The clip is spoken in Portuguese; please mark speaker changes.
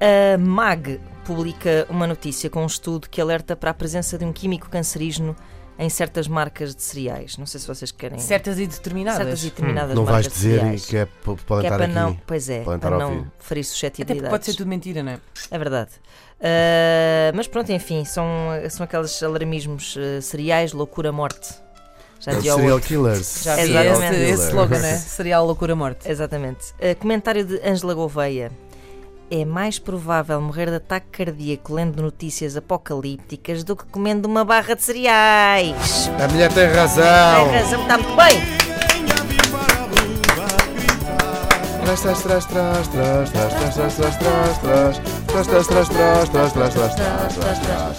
Speaker 1: A MAG publica uma notícia com um estudo que alerta para a presença de um químico cancerígeno em certas marcas de cereais. Não sei se vocês querem.
Speaker 2: Certas e determinadas.
Speaker 1: certas e determinadas
Speaker 3: Hum, Não
Speaker 1: marcas
Speaker 3: vais dizer
Speaker 1: de cereais.
Speaker 3: que é p- podem
Speaker 1: Que é
Speaker 3: estar
Speaker 1: para
Speaker 3: aqui.
Speaker 1: não, pois é,
Speaker 3: podem estar
Speaker 1: para
Speaker 3: a
Speaker 1: não
Speaker 3: ouvir.
Speaker 1: ferir
Speaker 2: Até porque
Speaker 1: suscetibilidades.
Speaker 2: pode ser tudo mentira, não é?
Speaker 1: É verdade. Ah, mas pronto, enfim, são, são aqueles alarmismos eh, cereais, loucura, morte. Já
Speaker 3: Os
Speaker 1: dizia o
Speaker 3: Serial
Speaker 1: outro.
Speaker 3: killers.
Speaker 2: Já vi é
Speaker 1: Serial
Speaker 2: esse,
Speaker 3: killer.
Speaker 2: esse slogan, né? Serial loucura morte.
Speaker 1: Exatamente. Eh, comentário de Ângela Gouveia. É mais provável morrer de ataque cardíaco lendo notícias apocalípticas do que comendo uma barra de cereais.
Speaker 3: A mulher tem
Speaker 1: Tem
Speaker 3: razão.
Speaker 1: razão, está muito bem.
Speaker 3: Trás, trás, trás, trás, trás, trás, trás, trás, trás, trás, trás, trás, trás, trás, trás, trás, trás, trás, trás, trás, trás, trás.